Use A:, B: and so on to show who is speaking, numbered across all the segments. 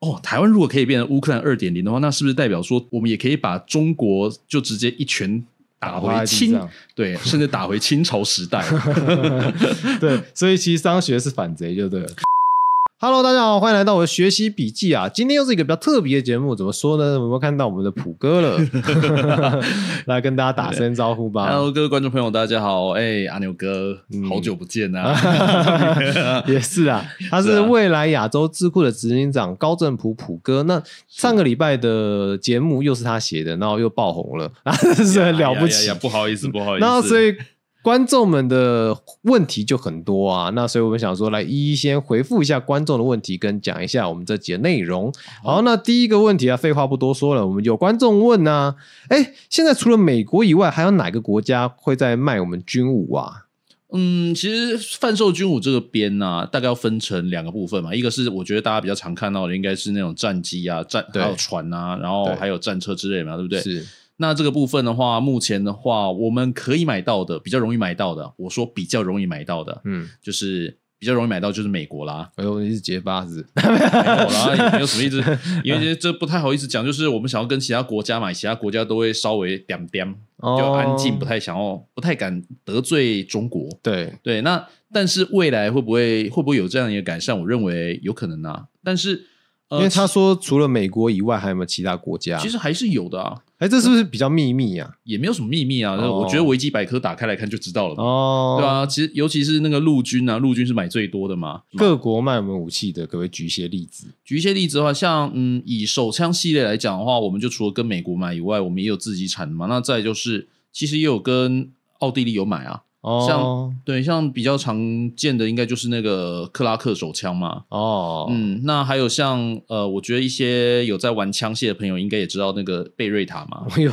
A: 哦，台湾如果可以变成乌克兰二点零的话，那是不是代表说我们也可以把中国就直接一拳打
B: 打趴
A: 回
B: 在地
A: 清
B: 上，
A: 对，甚至打回清朝时代？
B: 对，所以其实商学是反贼就对了。Hello，大家好，欢迎来到我的学习笔记啊！今天又是一个比较特别的节目，怎么说呢？我们看到我们的普哥了， 来跟大家打声招呼吧。
A: Hello，各位观众朋友，大家好，哎、阿牛哥，好久不见啊！
B: 也是啊，他是未来亚洲智库的执行长高正普普哥。那上个礼拜的节目又是他写的，然后又爆红了， 啊，真是很了
A: 哎
B: 不
A: 呀
B: 起
A: 呀呀。不好意思，不好意思。
B: 那所以观众们的问题就很多啊，那所以我们想说来一一先回复一下观众的问题，跟讲一下我们这集的内容。好，那第一个问题啊，废话不多说了，我们有观众问呢、啊，哎，现在除了美国以外，还有哪个国家会在卖我们军武啊？
A: 嗯，其实贩售军武这个边呢、大概要分成两个部分嘛，一个是我觉得大家比较常看到的，应该是那种战机啊、战还
B: 对
A: 有船啊，然后
B: 对
A: 还有战车之类的嘛，对不对？
B: 是
A: 那这个部分的话，目前的话，我们可以买到的，比较容易买到的，我说比较容易买到的，
B: 嗯，
A: 就是比较容易买到就是美国啦，
B: 哎呦，你是结巴是不是？
A: 没有啦，也没有什么意思，因为这不太好意思讲，就是我们想要跟其他国家买，其他国家都会稍微点点， 就安静，不
B: 哦
A: 太想要，不太敢得罪中国。
B: 对，
A: 对，那但是未来会不会会不会有这样一个改善？我认为有可能啊，但是呃，
B: 因为他说除了美国以外，还有没有其他国家？
A: 其实还是有的啊，
B: 哎，这是不是比较秘密啊？
A: 也没有什么秘密啊。
B: 哦
A: 我觉得维基百科打开来看就知道了嘛。
B: 哦，
A: 对，啊，其实尤其是那个陆军啊，陆军是买最多的嘛。
B: 各国卖我们武器的，可不可以举一些例子？
A: 举一些例子的话，像嗯，以手枪系列来讲的话，我们就除了跟美国买以外，我们也有自己产的嘛。那再就是，其实也有跟奥地利有买啊。
B: 哦，
A: 像对，像比较常见的应该就是那个克拉克手枪嘛。
B: 哦，
A: 嗯，那还有像呃，我觉得一些有在玩枪械的朋友应该也知道那个贝瑞塔嘛。
B: 有，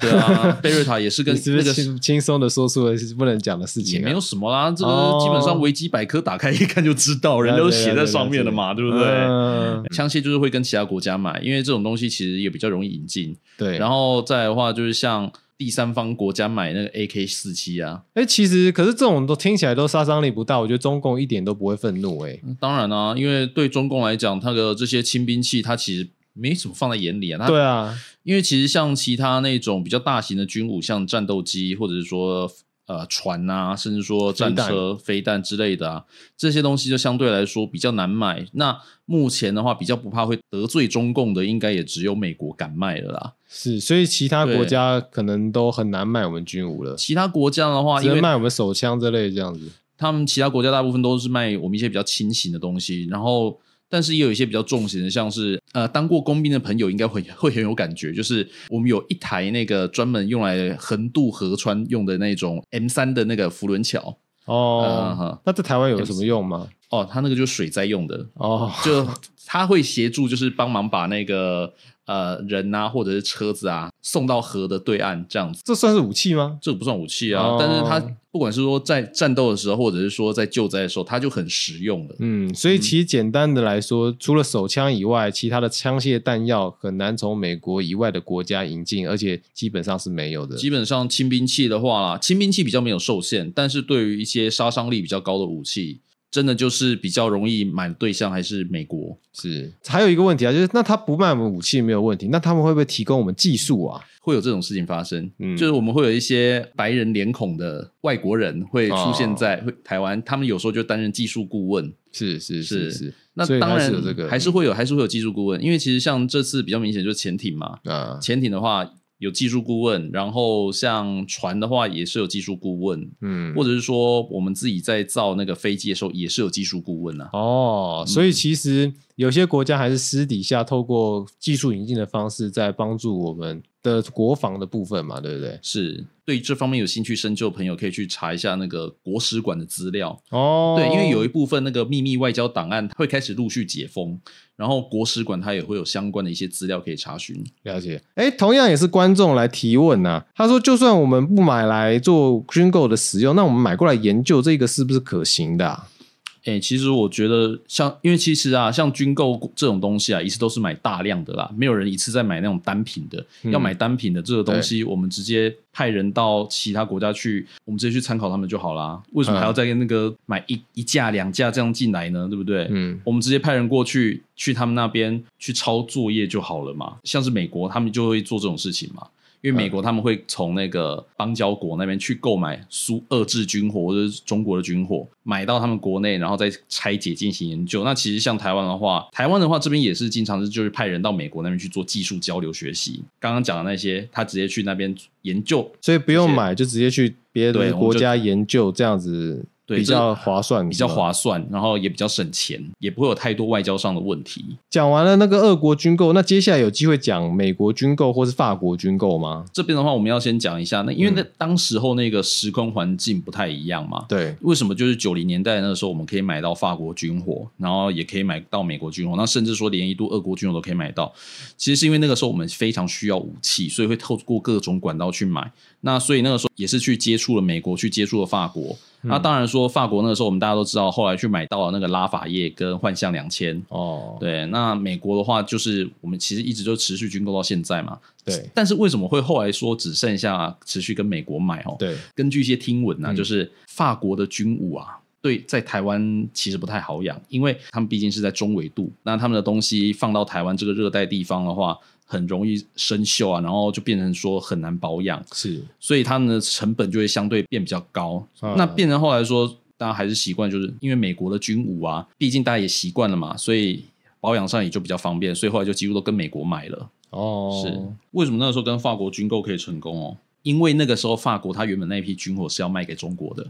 A: 对啊，贝瑞塔也是跟
B: 你是啊
A: 那
B: 不
A: 个
B: 是轻轻松的说出了不能讲的事
A: 也
B: 情、啊？
A: 没有什么啦，这个
B: 哦
A: 基本上维基百科打开一看就知道，人家都写在上面了嘛，对不对？
B: 嗯
A: 枪械就是会跟其他国家买，因为这种东西其实也比较容易引进。
B: 对，
A: 然
B: 后
A: 后再来的话，就是像第三方国家买那个 AK 四七啊，
B: 哎、其实可是这种都听起来都杀伤力不大，我觉得中共一点都不会愤怒、哎，
A: 当然啊，因为对中共来讲，它的这些轻兵器，它其实没怎么放在眼里啊。它
B: 对啊，
A: 因为其实像其他那种比较大型的军武，像战斗机或者是说呃船啊，甚至说战车、飞弹之类的啊，这些东西就相对来说比较难买。那目前的话，比较不怕会得罪中共的，应该也只有美国敢卖了啦。
B: 是，所以其他国
A: 对
B: 家可能都很难卖我们军武了，
A: 其他国家的话，啊
B: 只
A: 因
B: 能
A: 为
B: 卖我们手枪这类这样子。
A: 他们其他国家大部分都是卖我们一些比较轻型的东西，然后但是也有一些比较重型的，像是呃当过工兵的朋友应该会 会很有感觉，就是我们有一台那个专门用来横渡河川用的那种 M 三的那个福伦桥嗯
B: 哦，
A: 哼
B: 那在台湾有什么用吗？
A: 哦，它那个就是水灾用的，
B: 哦，
A: 就 它会协助就是帮忙把那个呃人啊或者是车子啊送到河的对岸这样子。
B: 这算是武器吗？
A: 这个不算武器啊，
B: 哦
A: 但是它不管是说在战斗的时候，或者是说在救灾的时候，它就很实用了。
B: 嗯，所以其实简单的来说，除了手枪以外，其他的枪械弹药很难从美国以外的国家引进，而且基本上是没有的。
A: 基本上轻兵器的话啦，轻兵器比较没有受限，但是对于一些杀伤力比较高的武器，真的就是比较容易买的对象还是美国。
B: 是，还有一个问题啊，就是那他不卖我们武器没有问题，那他们会不会提供我们技术啊？
A: 会有这种事情发生，
B: 嗯
A: 就是我们会有一些白人脸孔的外国人会出现在
B: 哦
A: 会台湾，他们有时候就担任技术顾问。
B: 是是
A: 是
B: 是，
A: 那
B: 所以
A: 当
B: 还
A: 然
B: 是有这个，
A: 还是会有，还是会有技术顾问，因为其实像这次比较明显就是潜艇嘛，
B: 啊，
A: 潜艇的话有技术顾问，然后像船的话也是有技术顾问，
B: 嗯
A: 或，者是说我们自己在造那个飞机的时候也是有技术顾问啊。
B: 哦，所以其实有些国家还是私底下透过技术引进的方式，在帮助我们的国防的部分嘛，对不对？
A: 是对于这方面有兴趣深究的朋友，可以去查一下那个国史馆的资料。
B: 哦，
A: 对，因为有一部分那个秘密外交档案会开始陆续解封，然后国史馆它也会有相关的一些资料可以查询。
B: 了解，哎，同样也是观众来提问呐、他说，就算我们不买来做军购的使用，那我们买过来研究这个是不是可行的啊、
A: 哎、其实我觉得像，因为其实啊，像军购这种东西啊，一次都是买大量的啦，没有人一次在买那种单品的。
B: 嗯
A: 要买单品的这个东西，我们直接派人到其他国家去，我们直接去参考他们就好啦。为
B: 嗯
A: 什么还要再那个买一、一架两架这样进来呢？对不对？
B: 嗯，
A: 我们直接派人过去，去他们那边去抄作业就好了嘛。像是美国，他们就会做这种事情嘛。因为美国他们会从那个邦交国那边去购买苏俄制军火或者是中国的军火，买到他们国内，然后再拆解进行研究。那其实像台湾的话，台湾的话这边也是经常是就是派人到美国那边去做技术交流学习。刚刚讲的那些，他直接去那边研究，
B: 所以不用
A: 谢谢
B: 买，就直接去别
A: 对
B: 的
A: 我们
B: 国
A: 就
B: 家研究，这样子
A: 对
B: 比
A: 这
B: 较划算，
A: 比较
B: 是吗
A: 划算，然后也比较省钱，也不会有太多外交上的问题。
B: 讲完了那个俄国军购，那接下来有机会讲美国军购或是法国军购吗？
A: 这边的话，我们要先讲一下，那因为
B: 嗯
A: 那当时候那个时空环境不太一样嘛。
B: 对，
A: 为什么就是九零年代那个时候，我们可以买到法国军火，然后也可以买到美国军火，那甚至说连一度俄国军火都可以买到。其实是因为那个时候我们非常需要武器，所以会透过各种管道去买。那所以那个时候也是去接触了美国，去接触了法国。那当然说法国那个时候我们大家都知道，后来去买到了那个拉法叶跟幻象两千。
B: 哦，
A: 对，那美国的话，就是我们其实一直就持续军购到现在嘛。
B: 对
A: 但是为什么会后来说只剩下持续跟美国买哦？，
B: 对，
A: 根据一些听闻啊，
B: 嗯
A: 就是法国的军武啊。对，在台湾其实不太好养，因为他们毕竟是在中纬度，那他们的东西放到台湾这个热带地方的话，很容易生锈啊，然后就变成说很难保养，
B: 是
A: 所以他们的成本就会相对变比较高。
B: 嗯
A: 那变成后来说，大家还是习惯，就是因为美国的军武啊，毕竟大家也习惯了嘛，所以保养上也就比较方便，所以后来就几乎都跟美国买了。
B: 哦，
A: 是为什么那时候跟法国军购可以成功哦？因为那个时候法国它原本那批军火是要卖给中国的、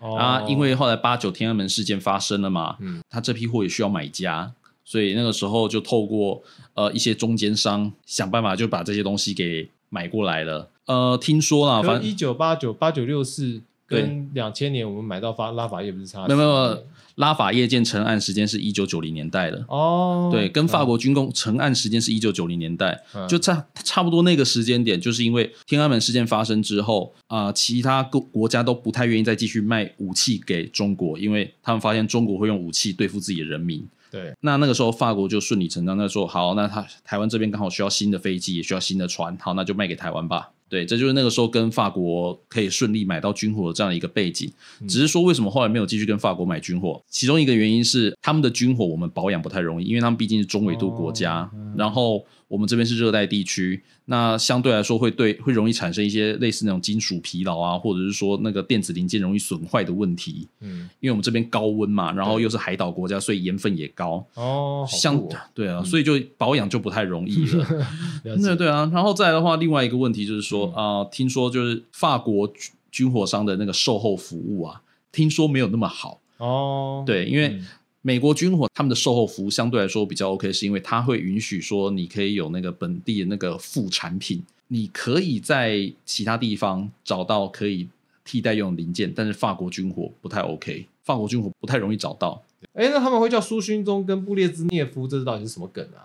B: 哦
A: 啊，因为后来八九天安门事件发生了嘛，它这批货也需要买家，所以那个时候就透过呃一些中间商想办法就把这些东西给买过来了。呃，听说啦，反
B: 可
A: 正
B: 一九八九八九六四
A: 对
B: 跟两千年我们买到法拉法叶不是差
A: 没有没有
B: 10
A: 没有
B: 年
A: 拉法叶建成案时间是一九九零年代了。
B: 哦，
A: 对，跟法国军工成案时间是一九九零年代，
B: 嗯
A: 就差差不多那个时间点，就是因为天安门事件发生之后啊、其他国国家都不太愿意再继续卖武器给中国，因为他们发现中国会用武器对付自己的人民。
B: 啊对
A: 那那个时候法国就顺理成章在说，好，那他台湾这边刚好需要新的飞机，也需要新的船，好，那就卖给台湾吧。对，这就是那个时候跟法国可以顺利买到军火的这样的一个背景。只是说为什么后来没有继续跟法国买军火，其中一个原因是他们的军火我们保养不太容易，因为他们毕竟是中纬度国家，然后我们这边是热带地区，那相对来说会对会容易产生一些类似那种金属疲劳啊，或者是说那个电子零件容易损坏的问题。
B: 嗯
A: 因为我们这边高温嘛，然后又是海岛国家，所以盐分也高，
B: 哦，好
A: 像
B: 酷哦
A: 对啊，所以就保养就不太容易了。
B: 了
A: 对
B: 解嗯
A: 对啊，然后再来的话，另外一个问题就是说啊、呃听说就是法国军军火商的那个售后服务啊，听说没有那么好。
B: 哦，
A: 对，因为
B: 嗯
A: 美国军火他们的售后服务相对来说比较 OK，是因为它会允许说你可以有那个本地的那个副产品，你可以在其他地方找到可以替代用的零件，但是法国军火不太 OK，法国军火不太容易找到。
B: 哎，那他们会叫苏勋忠跟布列兹涅夫，这到底是什么梗啊？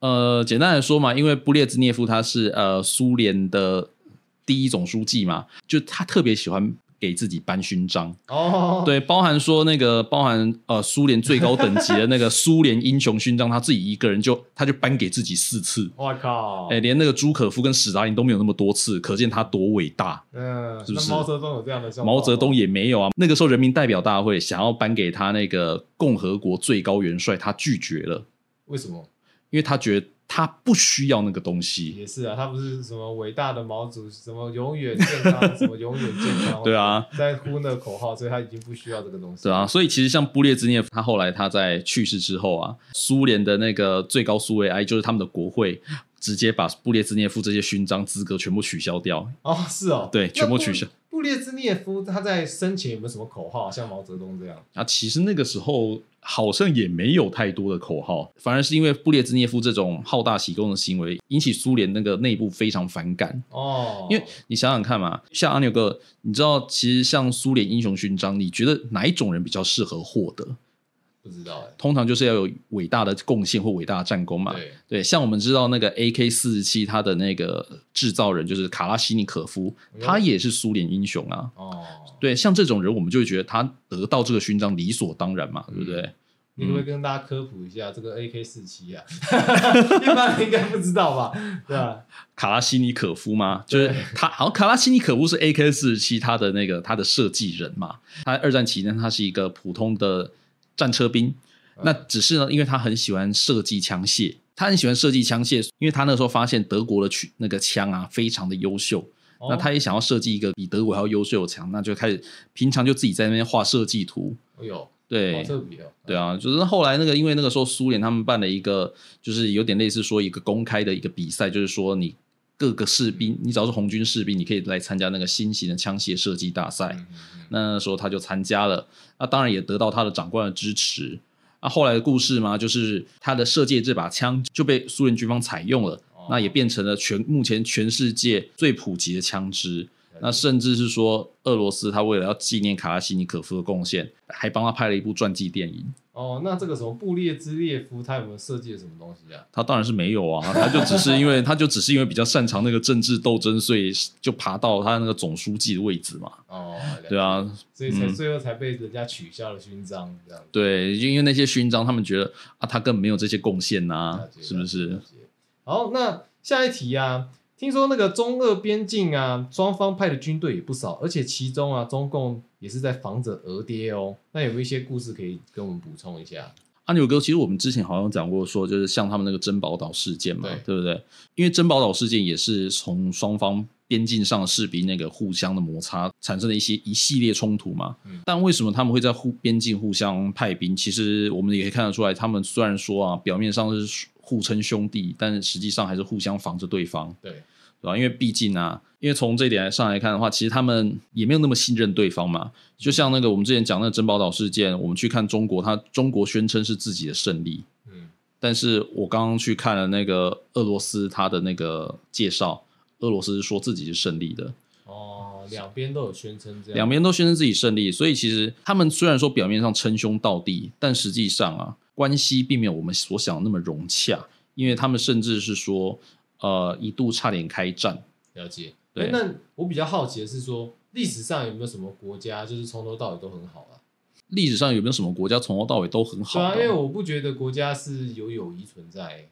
A: 呃，简单来说嘛，因为布列兹涅夫他是呃苏联的第一总书记嘛，就他特别喜欢给自己颁勋章，
B: 哦，
A: 对，包含说那个包含呃苏联最高等级的那个苏联英雄勋章，他自己一个人就他就颁给自己四次。
B: 哇靠，
A: 哎，连那个朱可夫跟史达林都没有那么多次，可见他多伟大。
B: 嗯，
A: 是不
B: 那
A: 是
B: 毛泽东有这样的状况吗
A: 毛泽东也没有啊。那个时候人民代表大会想要颁给他那个共和国最高元帅，他拒绝了，
B: 为什么？
A: 因为他觉得他不需要那个东西。
B: 也是啊，他不是什么伟大的毛主席，什么永远健康，什么永远健康，
A: 对啊，
B: 在呼那口号，所以他已经不需要这个东西。
A: 对啊，所以其实像布列兹涅夫，他后来他在去世之后啊，苏联的那个最高苏维埃，就是他们的国会，直接把布列兹涅夫这些勋章资格全部取消掉。
B: 哦，是哦，
A: 对
B: 那
A: 全部
B: 布
A: 取消。
B: 布列兹涅夫他在生前有没有什么口号？像毛泽东这样？
A: 啊，其实那个时候好像也没有太多的口号，反而是因为布列兹涅夫这种好大喜功的行为，引起苏联那个内部非常反感。
B: 哦，
A: 因为你想想看嘛，像阿牛哥，你知道其实像苏联英雄勋章，你觉得哪一种人比较适合获得？
B: 不知道哎、
A: 通常就是要有伟大的贡献或伟大的战功嘛。
B: 对，
A: 对，像我们知道那个 AK 四十七，它的那个制造人就是卡拉西尼可夫，
B: 嗯
A: 他也是苏联英雄啊。
B: 哦，
A: 对，像这种人，我们就会觉得他得到这个勋章理所当然嘛，对不对？
B: 你
A: 嗯
B: 可不可以跟大家科普一下这个 AK 四七啊？ 一般人应该不知道吧？对吧？
A: 卡拉西尼可夫嘛，就是他，好像卡拉西尼可夫是 AK 四十七他的那个他的设计人嘛。他二战期间他是一个普通的战车兵，那只是呢，因为他很喜欢设计枪械，他很喜欢设计枪械，因为他那时候发现德国的去那个枪啊非常的优秀，
B: 哦
A: 那他也想要设计一个比德国还要优秀的枪，那就开始平常就自己在那边画设计图，
B: 哎呦，好
A: 对。
B: 特别哦。
A: 对啊，就是后来那个，因为那个时候苏联他们办了一个，就是有点类似说一个公开的一个比赛，就是说你各个士
B: 嗯
A: 兵，你只要是红军士兵，你可以来参加那个新型的枪械设计大赛。
B: 嗯，嗯嗯
A: 那时候他就参加了，那当然也得到他的长官的支持。那、后来的故事嘛，就是他的设计这把枪就被苏联军方采用了，
B: 哦
A: 那也变成了全目前全世界最普及的枪支。那甚至是说，俄罗斯他为了要纪念卡拉西尼可夫的贡献，还帮他拍了一部传记电影。
B: 哦，那这个什么布列兹列夫，他有没有设计了什么东西啊？
A: 他当然是没有啊，他就只是因为他就只是因为比较擅长那个政治斗争，所以就爬到他那个总书记的位置嘛。
B: 哦，
A: 对，啊，
B: 所以才
A: 嗯
B: 最后才被人家取消了勋章，这样子。
A: 对，因为那些勋章他们觉得啊，他根本没有这些贡献呐
B: 了，解
A: 啊是不？
B: 了
A: 是？
B: 解好，那下一题啊，听说那个中俄边境啊，双方派的军队也不少，而且其中啊，中共也是在防着俄爹哦。那有没有一些故事可以跟我们补充一下？
A: 阿牛哥，其实我们之前好像讲过说，就是像他们那个珍宝岛事件嘛，
B: 对
A: 对不对？因为珍宝岛事件也是从双方边境上的士兵那个互相的摩擦产生的一些一系列冲突嘛。
B: 嗯
A: 但为什么他们会在互边境互相派兵？其实我们也可以看得出来，他们虽然说啊，表面上是互称兄弟，但实际上还是互相防着对方。
B: 对，
A: 对吧？因为毕竟啊，因为从这一点上来看的话，其实他们也没有那么信任对方嘛。就像那个我们之前讲那个珍宝岛事件，我们去看中国，它中国宣称是自己的胜利，
B: 嗯，
A: 但是我刚刚去看了那个俄罗斯它的那个介绍，俄罗斯是说自己是胜利的，
B: 哦，两边都有宣称这样，
A: 两边都宣称自己胜利，所以其实他们虽然说表面上称兄道弟，但实际上啊，关系并没有我们所想的那么融洽，因为他们甚至是说，呃，一度差点开战。
B: 了解。
A: 对
B: 诶那我比较好奇的是说，历史上有没有什么国家就是从头到尾都很好啊？
A: 历史上有没有什么国家从头到尾都很好
B: 对
A: 的？
B: 啊，因为我不觉得国家是有友谊存在、欸。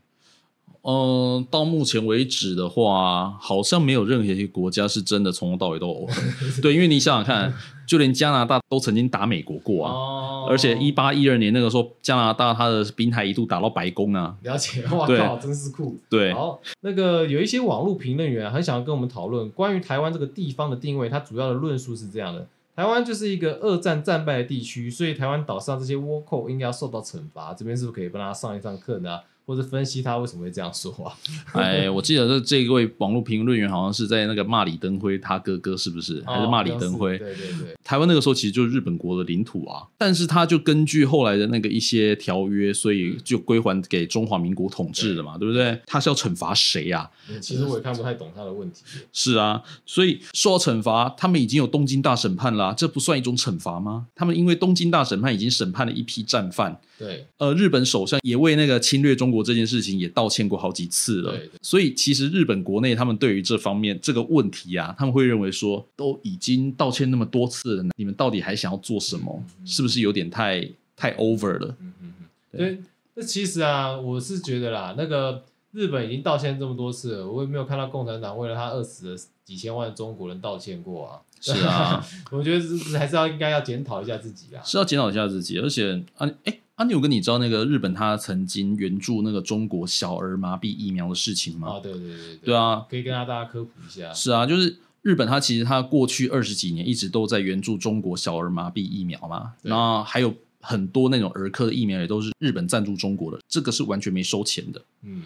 A: 嗯，到目前为止的话，好像没有任何一个国家是真的从头到尾都 偶尔。对，因为你想想看，就连加拿大都曾经打美国过啊，
B: 哦
A: 而且一八一二年那个时候，加拿大它的兵还一度打到白宫啊。
B: 了解，哇
A: 对
B: 靠，真是酷。
A: 对，
B: 好，那个有一些网络评论员啊很想要跟我们讨论关于台湾这个地方的定位，它主要的论述是这样的：台湾就是一个二战战败的地区，所以台湾岛上这些倭寇应该要受到惩罚。这边是不是可以帮他上一上课呢、或者分析他为什么会这样说啊？
A: 哎，我记得这这一位网络评论员好像是在那个骂李登辉他哥哥是不是？还是骂李登辉？
B: 哦对对对，
A: 台湾那个时候其实就是日本国的领土啊，但是他就根据后来的那个一些条约，所以就归还给中华民国统治了嘛，对不对？他是要惩罚谁啊？
B: 嗯其实我也看不太懂他的问题。
A: 是啊，所以受到惩罚，他们已经有东京大审判啦、这不算一种惩罚吗？他们因为东京大审判已经审判了一批战犯，
B: 对，
A: 呃，日本首相也为那个侵略中国这件事情也道歉过好几次了
B: 对对。
A: 所以其实日本国内他们对于这方面这个问题啊，他们会认为说，都已经道歉那么多次了，你们到底还想要做什么？是不是有点太太 over 了？
B: 嗯嗯嗯，对。那其实啊，我是觉得啦，那个日本已经道歉这么多次了，我也没有看到共产党为了他饿死了几千万中国人道歉过啊。
A: 是啊，
B: 我觉得是还是要应该要检讨一下自己啊啦。
A: 是要检讨一下自己，而且啊，哎，阿牛哥，你知道那个日本他曾经援助那个中国小儿麻痹疫苗的事情吗？
B: 啊，对对对
A: 对，啊，
B: 可以跟大家科普一下。
A: 是啊，就是日本它其实它过去二十几年一直都在援助中国小儿麻痹疫苗嘛，
B: 对
A: 然后还有很多那种儿科的疫苗也都是日本赞助中国的，这个是完全没收钱的。
B: 嗯，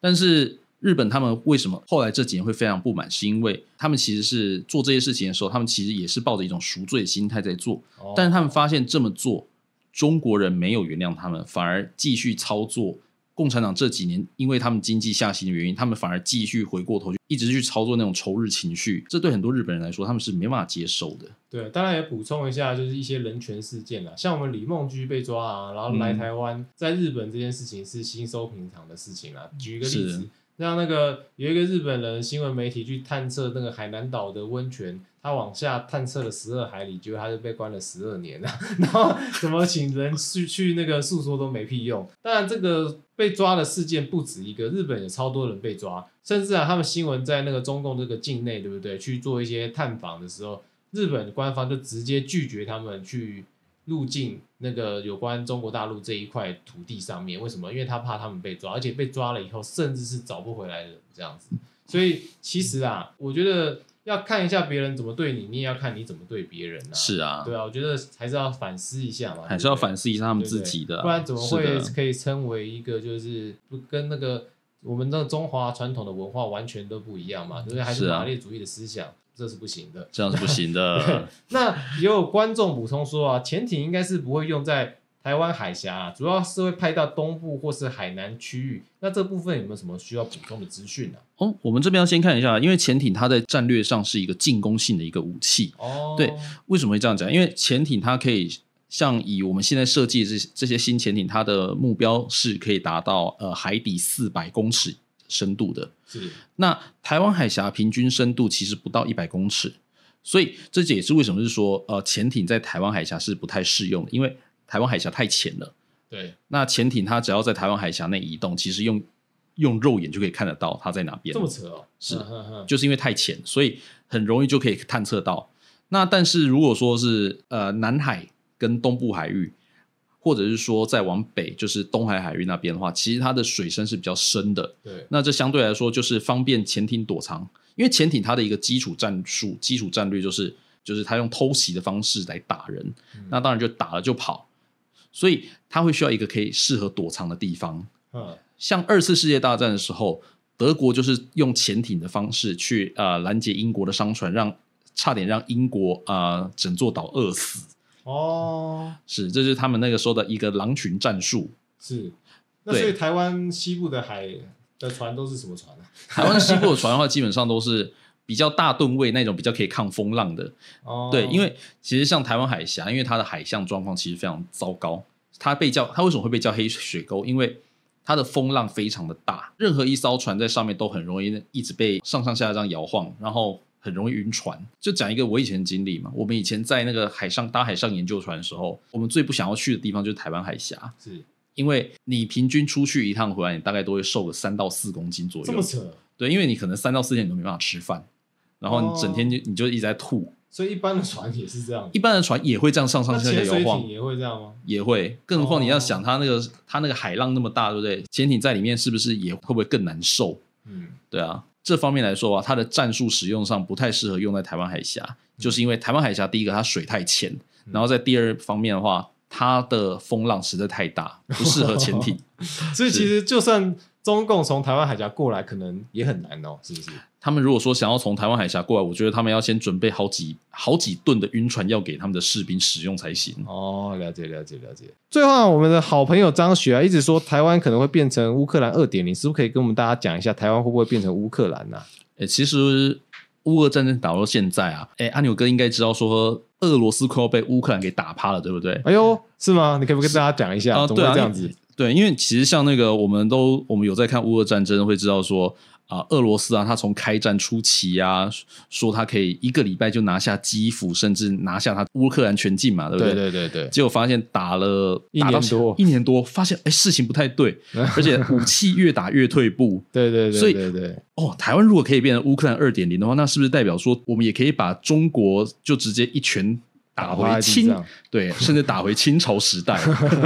A: 但是日本他们为什么后来这几年会非常不满，是因为他们其实是做这些事情的时候，他们其实也是抱着一种赎罪心态在做，
B: 哦
A: 但是他们发现这么做，中国人没有原谅他们，反而继续操作共产党这几年，因为他们经济下行的原因，他们反而继续回过头去，一直去操作那种仇日情绪，这对很多日本人来说，他们是没办法接受的。
B: 对，当然也补充一下，就是一些人权事件啦，啊像我们李梦居被抓啊，然后来台湾，在日本这件事情是稀松平常的事情啦。举一个例
A: 是
B: 子，让那个有一个日本人新闻媒体去探测那个海南岛的温泉，他往下探测了十二海里，结果他就被关了十二年啊。 然后怎么请人去去那个诉说都没屁用。当然，这个被抓的事件不止一个，日本有超多人被抓，甚至啊，他们新闻在那个中共这个境内，对不对？去做一些探访的时候，日本官方就直接拒绝他们去入境那个有关中国大陆这一块土地上面。为什么？因为他怕他们被抓，而且被抓了以后，甚至是找不回来的人这样子。所以其实啊，我觉得要看一下别人怎么对你，你也要看你怎么对别人啊。
A: 是啊，
B: 对啊，我觉得还是要反思一下嘛，
A: 还是要
B: 对不对
A: 反思一下他们自己的啊、
B: 对不然怎么
A: 是
B: 会
A: 的
B: 可以称为一个就是不跟那个我们那个中华传统的文化完全都不一样嘛？对不对？还
A: 是
B: 是
A: 啊
B: 马列主义的思想，这是不行的。
A: 这样是不行 的。
B: 那也有观众补充说啊，潜艇应该是不会用在台湾海峡、啊，主要是会派到东部或是海南区域。那这部分有没有什么需要补充的资讯啊呢、
A: 哦，我们这边要先看一下，因为潜艇它在战略上是一个进攻性的一个武器。
B: 哦，
A: 对，为什么会这样讲？因为潜艇它可以像以我们现在设计的这这些新潜艇，它的目标是可以达到呃海底四百公尺深度的。
B: 是
A: 那台湾海峡平均深度其实不到一百公尺，所以这也是为什么是说呃潜艇在台湾海峡是不太适用的，因为台湾海峡太浅了。
B: 对，
A: 那潜艇它只要在台湾海峡内移动，其实用用肉眼就可以看得到它在哪边
B: 这。么扯哦，
A: 是
B: 嗯哼哼
A: 就是因为太浅，所以很容易就可以探测到。那但是如果说是呃南海跟东部海域，或者是说再往北就是东海海域那边的话，其实它的水深是比较深的。
B: 对，
A: 那这相对来说就是方便潜艇躲藏，因为潜艇它的一个基础战术、基础战略就是就是它用偷袭的方式来打人，
B: 嗯
A: 那当然就打了就跑，所以它会需要一个可以适合躲藏的地方。
B: 嗯，
A: 像二次世界大战的时候，德国就是用潜艇的方式去呃拦截英国的商船，让差点让英国呃整座岛饿死。
B: 哦，
A: 是，这就是他们那个时候的一个狼群战术。
B: 是。那
A: 对
B: 所以台湾西部的海的船都是什么船啊？
A: 台湾西部的船的话，基本上都是比较大吨位那种，比较可以抗风浪的。
B: 哦，
A: 对，因为其实像台湾海峡，因为它的海象状况其实非常糟糕，它被叫它为什么会被叫黑水沟？因为它的风浪非常的大，任何一艘船在上面都很容易一直被上上下下这样摇晃，然后很容易晕船。就讲一个我以前的经历嘛，我们以前在那个海上搭海上研究船的时候，我们最不想要去的地方就是台湾海峡，
B: 是
A: 因为你平均出去一趟回来，你大概都会瘦个三到四公斤左
B: 这么
A: 右。
B: 扯，
A: 对，因为你可能三到四天你都没办法吃饭，然后你整
B: 哦
A: 天就、你就一直在吐。
B: 所以一般的船也是这样。
A: 一般的船也会这样上上
B: 那
A: 下下
B: 潜水
A: 摇晃
B: 艇，也会这样吗？
A: 也会。更何况
B: 哦
A: 你要想它那个它那个海浪那么大，对不对？潜艇在里面是不是也会不会更难受？
B: 嗯，
A: 对啊，这方面来说啊，它的战术使用上不太适合用在台湾海峡，就是因为台湾海峡第一个它水太浅，
B: 嗯
A: 然后在第二方面的话，它的风浪实在太大，不适合潜 艇。
B: 所以其实就算中共从台湾海峡过来，可能也很难哦，是不是？
A: 他们如果说想要从台湾海峡过来，我觉得他们要先准备好几好几吨的晕船药给他们的士兵使用才行。
B: 哦，了解了解了解。
C: 最后啊，我们的好朋友张雪啊，一直说台湾可能会变成乌克兰二点零，是不是可以跟我们大家讲一下，台湾会不会变成乌克兰呢、啊
A: 诶，其实乌俄战争打到现在啊，诶，阿牛哥应该知道说，俄罗斯快要被乌克兰给打趴了，对不对？
C: 哎呦，是吗？你可不可以跟大家讲一下，
A: 啊
C: 怎么会
A: 对啊
C: 这样子？
A: 对，因为其实像那个，我们都我们有在看乌俄战争，会知道说啊、俄罗斯啊，他从开战初期啊，说他可以一个礼拜就拿下基辅，甚至拿下他乌克兰全境嘛，对不
C: 对对对对，
A: 结果发现打了
C: 一
A: 打到
C: 年多
A: 一年多，发现哎事情不太 对，而且武器越打越退步，
C: 对对
A: 所
C: 对
A: 以
C: 对对，
A: 哦，台湾如果可以变成乌克兰二点零的话，那是不是代表说我们也可以把中国就直接一拳打回
C: 趴地
A: 清
C: 上？
A: 对，甚至打回清朝时代？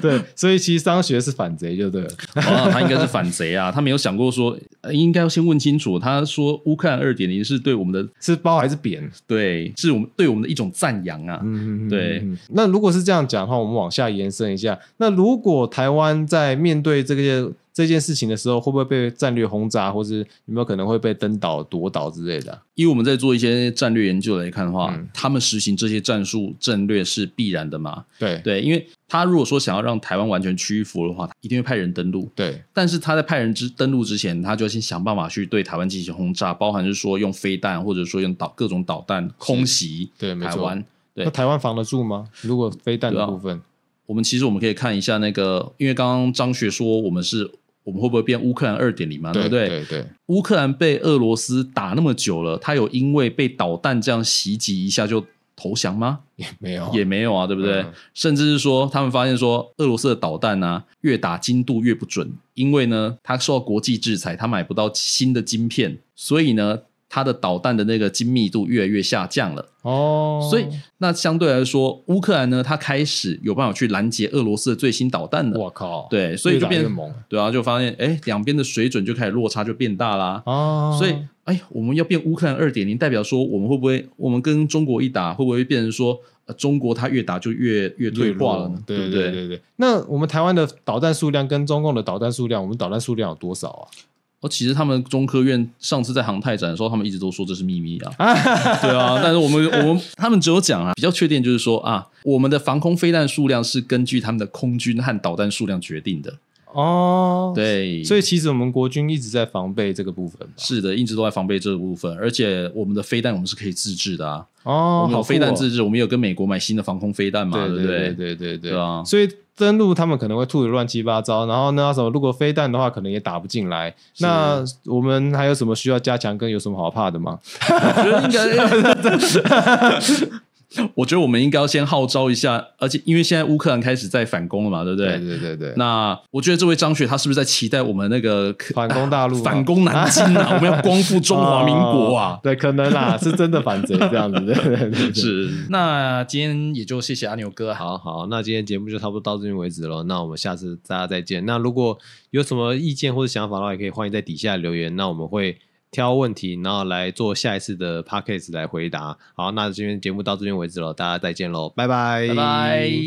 C: 对，所以其实张学是反贼就对了。
A: 哇，哦他应该是反贼啊！他没有想过说，呃应该要先问清楚。他说乌克兰二点零是对我们的，
C: 是包还是啊扁？
A: 对，是我们对我们的一种赞扬啊。
C: 嗯，
A: 对
C: 嗯。嗯嗯那如果是这样讲的话，我们往下延伸一下，那如果台湾在面对这个
B: 这件事情的时候，会不会被战略轰炸，或是有没有可能会被登岛、夺岛之类的啊、
A: 以我们在做一些战略研究来看的话，
B: 嗯
A: 他们实行这些战术战略是必然的嘛？
B: 对
A: 对，因为他如果说想要让台湾完全屈服的话，他一定会派人登陆。
B: 对
A: 但是他在派人之登陆之前，他就要先想办法去对台湾进行轰炸，包含是说用飞弹，或者说用导各种导弹空袭
B: 对，没
A: 台
B: 错。
A: 湾。对
B: 那台湾防得住吗？如果飞弹
A: 对
B: 的
A: 啊
B: 部分，
A: 我们其实我们可以看一下那个，因为刚刚张学说我们是我们会不会变乌克兰二点零嘛，对
B: 对
A: 不对？
B: 对对，
A: 乌克兰被俄罗斯打那么久了，他有因为被导弹这样袭击一下就投降吗？
B: 没有
A: 也没有啊，对不对？
B: 嗯
A: 甚至是说，他们发现说，俄罗斯的导弹啊，越打精度越不准，因为呢，它受到国际制裁，它买不到新的晶片，所以呢，它的导弹的那个精密度越来越下降了。
B: 哦，
A: 所以，那相对来说，乌克兰呢，它开始有办法去拦截俄罗斯的最新导弹了。
B: 我靠，，
A: 对，所以就
B: 越打越
A: 变
B: 猛
A: 对啊，就发现哎，两边的水准就开始落差就变大啦。
B: 哦，
A: 所以，哎，我们要变乌克兰二点零，代表说我们会不会，我们跟中国一打，会不会变成说，呃，中国它越打就越越退化了呢？
B: 对
A: 不
B: 对对对。那我们台湾的导弹数量跟中共的导弹数量，我们导弹数量有多少啊？
A: 哦，其实他们中科院上次在航太展的时候，他们一直都说这是秘密 啊，对啊，但是我们我们他们只有讲啊，比较确定就是说啊，我们的防空飞弹数量是根据他们的空军和导弹数量决定的，
B: 哦，，
A: 对，
B: 所以其实我们国军一直在防备这个部分吧。
A: 是的，一直都在防备这个部分，而且我们的飞弹我们是可以自制的啊，
B: 哦，
A: 我们有
B: 好
A: 飞弹
B: 酷哦
A: 自制，我们有跟美国买新的防空飞弹嘛，
B: 对
A: 不
B: 对对对对
A: 对啊
B: 所以登陆他们可能会吐的乱七八糟，然后呢，什么如果飞弹的话，可能也打不进来。那我们还有什么需要加强跟有什么好怕的吗？
A: 觉得应该， 我觉得我们应该要先号召一下，而且因为现在乌克兰开始在反攻了嘛，对不对？
B: 对对对，
A: 那我觉得这位张雪他是不是在期待我们那个
B: 反攻大陆啊
A: 反攻南京啊？我们要光复中华民国
B: 哦
A: 啊！
B: 对，可能啦，是真的反贼这样子。对对对对
A: 是，那今天也就谢谢阿牛哥啊，
B: 好好，那今天节目就差不多到这边为止了。那我们下次大家再见。那如果有什么意见或者想法的话，也可以欢迎在底下留言。那我们会挑问题，然后来做下一次的 podcast 来回答。好，那今天节目到这边为止了，大家再见喽，拜拜，
A: 拜拜。